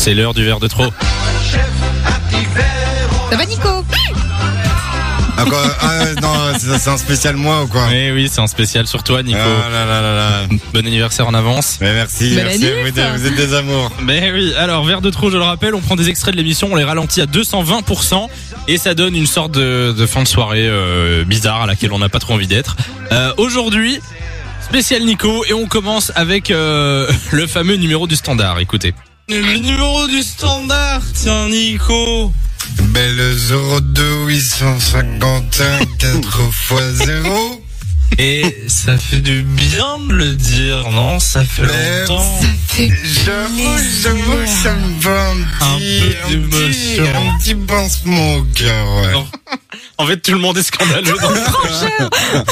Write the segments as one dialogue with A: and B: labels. A: C'est l'heure du verre de trop.
B: Ça va Nico
C: Ah quoi Ah, Non, c'est c'est un spécial moi ou quoi
A: Eh Oui, oui, c'est un spécial sur toi, Nico.
C: Ah là là là là.
A: Bon anniversaire en avance.
C: Mais merci,
B: Bonne
C: merci. Vous, êtes,
B: anniversaire.
C: vous êtes des amours.
A: Mais oui, alors verre de trop, je le rappelle, on prend des extraits de l'émission, on les ralentit à 220% et ça donne une sorte de, de fin de soirée euh, bizarre à laquelle on n'a pas trop envie d'être. Euh, Aujourd'hui, spécial Nico et on commence avec euh, le fameux numéro du standard, écoutez. Le numéro du standard, tiens Nico
C: Belle 02 851 4 x 0.
A: Et ça fait du bien de le dire, non Ça fait
C: Mais- longtemps. J'avoue, j'avoue, ça me fait un
A: Un
C: petit,
A: peu d'émotion.
C: un petit, un petit pincement au cœur. ouais.
A: Non. En fait, tout le monde est scandaleux. dans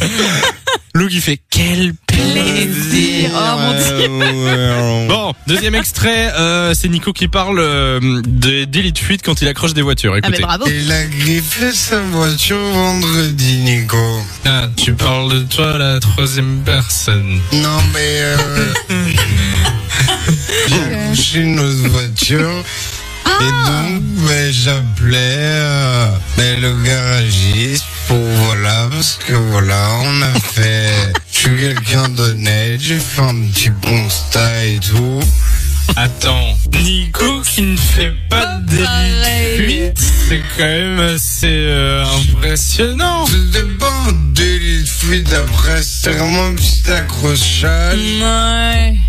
A: Lou qui fait quel
B: Plaisir Oh mon dieu
C: Ouais, ouais, ouais.
A: Bon, deuxième extrait, euh, c'est Nico qui parle euh, des délits de fuite quand il accroche des voitures.
B: Ah mais
A: Écoutez,
B: bravo
C: Il a griffé sa voiture vendredi, Nico.
A: Ah, tu parles de toi la troisième personne.
C: Non mais euh... j'ai couché une autre voiture et donc ben, j'appelais euh, ben, le garagiste pour voilà parce que voilà on a fait je suis quelqu'un d'honnête j'ai fait un petit constat et tout
A: Attends, Nico qui ne fait pas de délit de fuite, c'est quand même assez euh, impressionnant.
C: c'était pas un délit de fuite après c'était vraiment un petit accrochage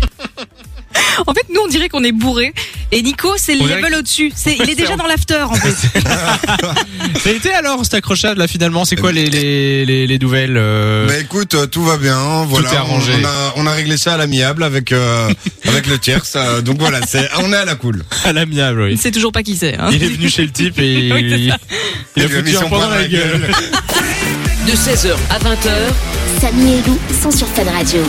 B: En fait nous on dirait qu'on est bourré et Nico c'est le
A: On dirait
B: level au-dessus. C'est, il est déjà dans l'after en fait.
A: Ça a été alors cet accrochage là finalement C'est quoi les les les, les nouvelles euh,
C: Bah écoute, euh, tout va bien, hein, voilà.
A: est arrangé.
C: On, on a, on a réglé ça à l'amiable avec euh, avec le tiers, ça, donc voilà, c'est on est à la cool.
A: à l'amiable oui.
B: Il sait toujours pas qui c'est. hein.
A: Il est venu chez le type et
B: Oui, c'est
A: il, il a
C: lui a mis
A: foutu un
C: son
A: point dans la gueule.
D: De 16h à 20h,
E: Samy et Lou sont sur Fun Radio.